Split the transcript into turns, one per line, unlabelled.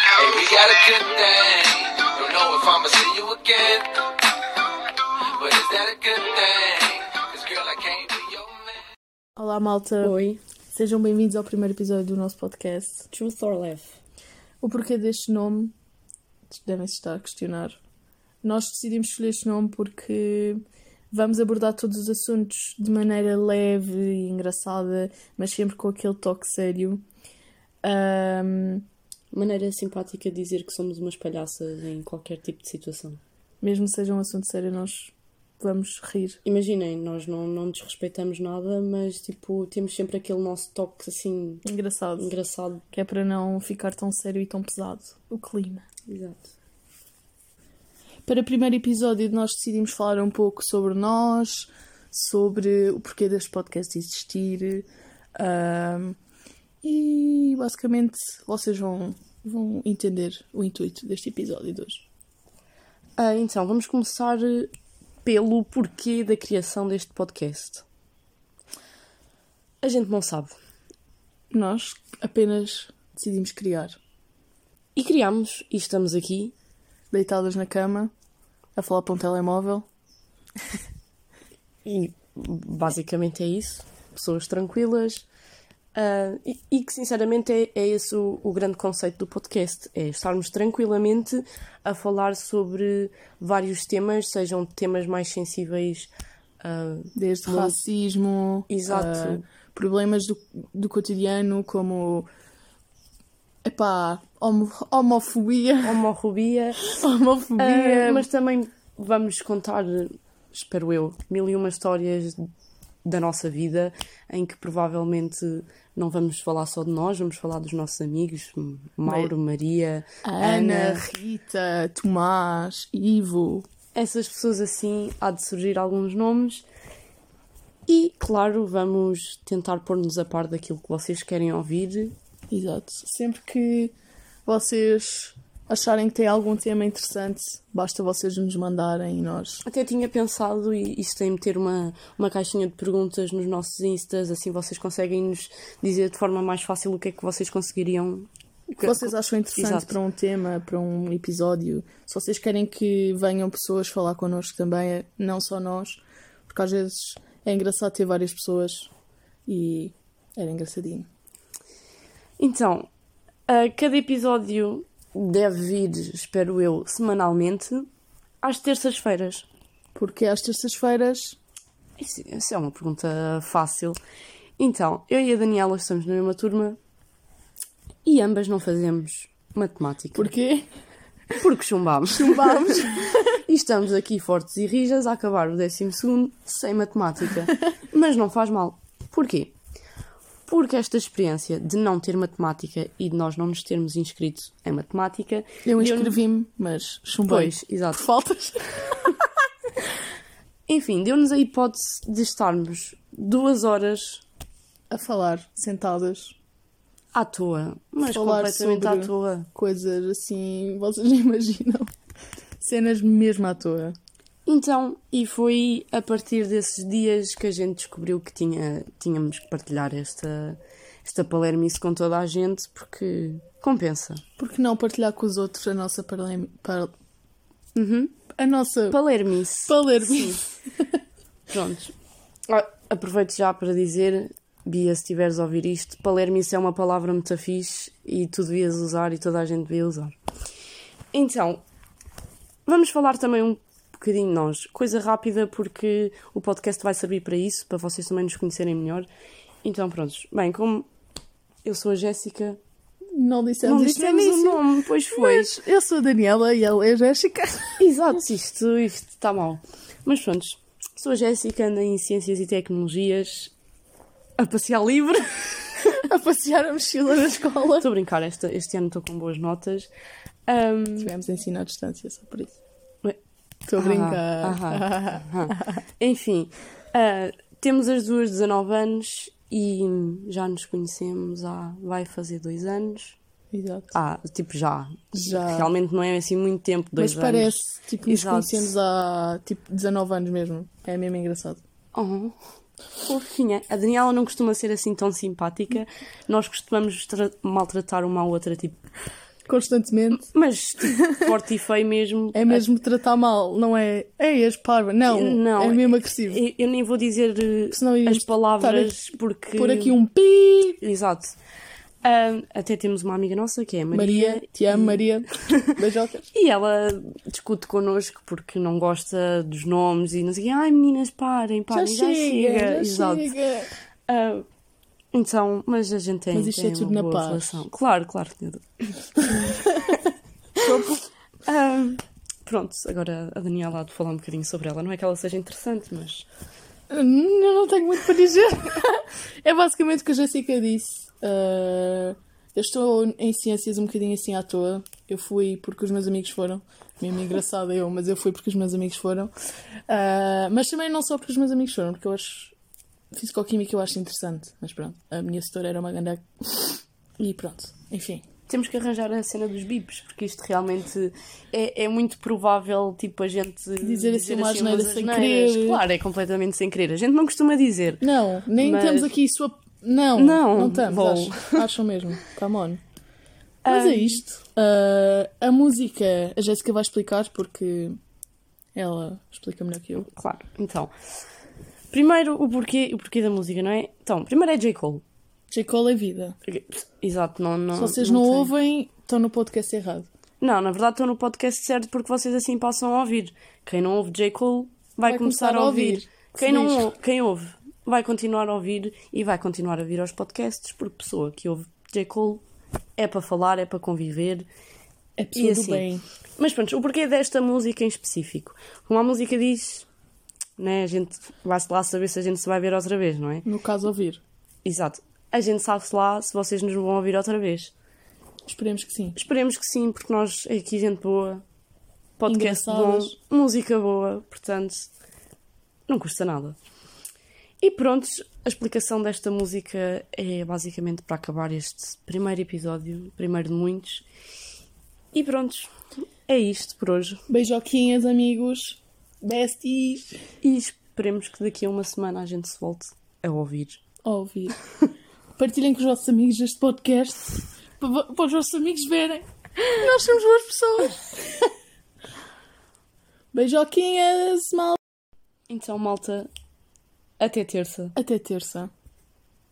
got a good thing. Don't know if I'ma see you again. But is that a good thing? 'Cause girl, I can't be your man.
Olá, malta.
Oi,
Sejam bem-vindos ao primeiro episódio do nosso podcast.
Truth or Left?
O porquê deste nome, devem-se estar a questionar. Nós decidimos escolher este nome porque vamos abordar todos os assuntos de maneira leve e engraçada, mas sempre com aquele toque sério. Ahm,
Maneira simpática de dizer que somos umas palhaças em qualquer tipo de situação.
mesmo que seja um assunto sério, nós vamos rir.
Imaginem, nós não, não desrespeitamos nada, mas tipo, temos sempre aquele nosso toque assim
Engraçado.
engraçado.
Que é para não ficar tão sério e tão pesado. O clima.
Exato.
Para o primeiro episódio, nós decidimos falar um pouco sobre nós, sobre o porquê deste podcast existir. ahm, e basicamente vocês vão, vão entender o intuito deste episódio de hoje.
Ah, então, vamos começar eh, pelo porquê da criação deste podcast. A gente não sabe.
Nós apenas decidimos criar,
E criámos, e estamos aqui,
deitadas na cama, a falar para um telemóvel.
E basicamente é isso. Pessoas tranquilas. Ah, e, e que sinceramente é, é esse o, o grande conceito do podcast: é estarmos tranquilamente a falar sobre vários temas, sejam temas mais sensíveis. ah,
Desde
Muito.
racismo,
Exato.
ah, problemas do, do cotidiano como epá, homo- homofobia,
homofobia,
homofobia,
Ah, mas também vamos contar, espero eu, mil e uma histórias da nossa vida em que provavelmente não vamos falar só de nós, vamos falar dos nossos amigos, Mauro, Maria,
Ana,
Ana.
Rita, Tomás, Ivo.
essas pessoas assim há de surgir alguns nomes e claro vamos tentar pôr-nos a par daquilo que vocês querem ouvir
Exato. Sempre que vocês acharem que tem algum tema interessante, basta vocês nos mandarem e nós.
até tinha pensado e isto em meter uma, uma caixinha de perguntas nos nossos instas assim vocês conseguem nos dizer de forma mais fácil o que é que vocês conseguiriam
O que vocês acham interessante
Exato.
para um tema, para um episódio? Se vocês querem que venham pessoas falar connosco também, é não só nós, porque às vezes é engraçado ter várias pessoas e era engraçadinho.
Então, a cada episódio deve vir, espero eu, semanalmente, às terças-feiras.
Porque às terças-feiras
Isso, isso é uma pergunta fácil. Então, eu e a Daniela estamos na mesma turma e ambas não fazemos matemática.
Porquê?
Porque chumbámos.
Vamos!
e estamos aqui fortes e rijas a acabar o 12 sem matemática. Mas não faz mal. Porquê? Porque esta experiência de não ter matemática e de nós não nos termos inscrito em matemática.
Eu
deu-nos-
inscrevi-me, mas chumbei.
Pois, exato.
Por faltas.
Enfim, deu-nos a hipótese de estarmos duas horas
A falar, sentadas,
à toa, mas
Falar
completamente
sobre-
à toa.
coisas assim, vocês não imaginam. Cenas mesmo à toa.
Então, e foi a partir desses dias que a gente descobriu que tinha, tínhamos que partilhar esta, esta palermice com toda a gente, porque compensa.
Por que não partilhar com os outros a nossa parlem... Par...
Uhum.
A nossa...
Palermice.
Palermo.
Prontos. Ah, Aproveito já para dizer, Bia, se tiveres a ouvir isto, palermice é uma palavra muito fixe e tu devias usar e toda a gente devia usar. Então, vamos falar também um bocadinho de nós. Coisa rápida, porque o podcast vai servir para isso, para vocês também nos conhecerem melhor. Então, prontos. Bem, como eu sou a Jéssica,
Não dissemos
não
isto no
dissemos o
início,
nome, pois foi.
Mas eu sou a Daniela e ela é a Jéssica.
Exato, isto isto está mal. Mas pronto, sou a Jéssica, ando em Ciências e Tecnologias, a passear livre.
A passear a mochila na escola.
Estou a brincar, este, este ano estou com boas notas. Ahm,
Tivemos ensinar à distância, só por isso.
ué,
Estou a
Ah,
brincar.
ah, ah. enfim, ah, temos as duas 19 anos e já nos conhecemos há, vai fazer dois anos.
Exato.
Ah, tipo já.
Já.
Realmente não é assim muito tempo, dois
Mas
anos.
parece, tipo, nos
Exato.
conhecemos há tipo 19 anos mesmo. É mesmo engraçado.
Oh, fofinha. A Daniela não costuma ser assim tão simpática. Nós costumamos tra- maltratar uma à outra, tipo,
constantemente.
Mas tipo, forte e feio mesmo.
É mesmo tratar mal, não é? É és parva. Não,
Não,
é mesmo agressivo.
Eu, eu nem vou dizer eh,
senão íamos
as palavras
estar
porque.
Por aqui um pi.
Exato. Ah, até temos uma amiga nossa que é a Maria.
Maria, te amo, Maria. Beijocas.
E ela discute connosco porque não gosta dos nomes e não sei o quê. Ai meninas, parem,
Já
parem, já,
chega, já
Exato.
chega.
Ah, então, mas a gente tem,
Mas isto é
tem
tudo
uma
na
boa
paz.
relação. Claro, claro. Tenho... Ah, pronto, agora a Daniela há de falar um bocadinho sobre ela. Não é que ela seja interessante, mas...
Hum, Eu não tenho muito para dizer. é basicamente o que a Jéssica disse. Ah, eu estou em ciências um bocadinho assim à toa. Eu fui porque os meus amigos foram. Mesmo engraçada eu, mas eu fui porque os meus amigos foram. Ah, mas também não só porque os meus amigos foram, porque eu acho. Fisicoquímica eu acho interessante. Mas pronto, a minha setora era uma ganda. E pronto, enfim.
Temos que arranjar a cena dos bips, porque isto realmente é, é muito provável, tipo, a gente
Dizer assim uma asneira
umas
sem
asneiras.
querer.
Claro, é completamente sem querer. A gente não costuma dizer.
Não, nem
Mas-
temos aqui sua. Não,
Não,
não estamos.
bom. Um,
Acham, acham mesmo. Come on. Mas é isto. Ah, a música, a Jéssica vai explicar porque ela explica melhor que eu.
Claro, então... Primeiro, o porquê, o porquê da música, não é? Então, primeiro é J. Cole.
J. Cole é vida.
Exato, não... não
Se vocês não,
sei.
ouvem, estão no podcast errado.
Não, na verdade estou no podcast certo porque vocês assim passam a ouvir. Quem não ouve J. Cole vai, começar, a ouvir.
Feliz.
Quem, não, ou- quem ouve vai continuar a ouvir e vai continuar a vir aos podcasts porque pessoa que ouve J. Cole é para falar, é para conviver.
É pessoa
e
do
assim.
bem.
Mas pronto, o porquê desta música em específico? Como a música diz, né, a gente vai-se lá saber se a gente se vai ver outra vez, não é?
No caso, ouvir.
Exato. A gente sabe-se lá se vocês nos vão ouvir outra vez.
Esperemos que sim.
Esperemos que sim, porque nós é aqui gente boa, podcast bom,
Engraçadas.
música boa, portanto, não custa nada. E pronto, a explicação desta música é basicamente para acabar este primeiro episódio, primeiro de muitos. E pronto, é isto por hoje.
Beijoquinhas, amigos. Besties.
E esperemos que daqui a uma semana a gente se volte a ouvir.
a ouvir. Partilhem com os vossos amigos este podcast para, vo- para os vossos amigos verem. Nós somos boas pessoas. Beijoquinhas, mal.
Então, malta, até terça.
Até terça.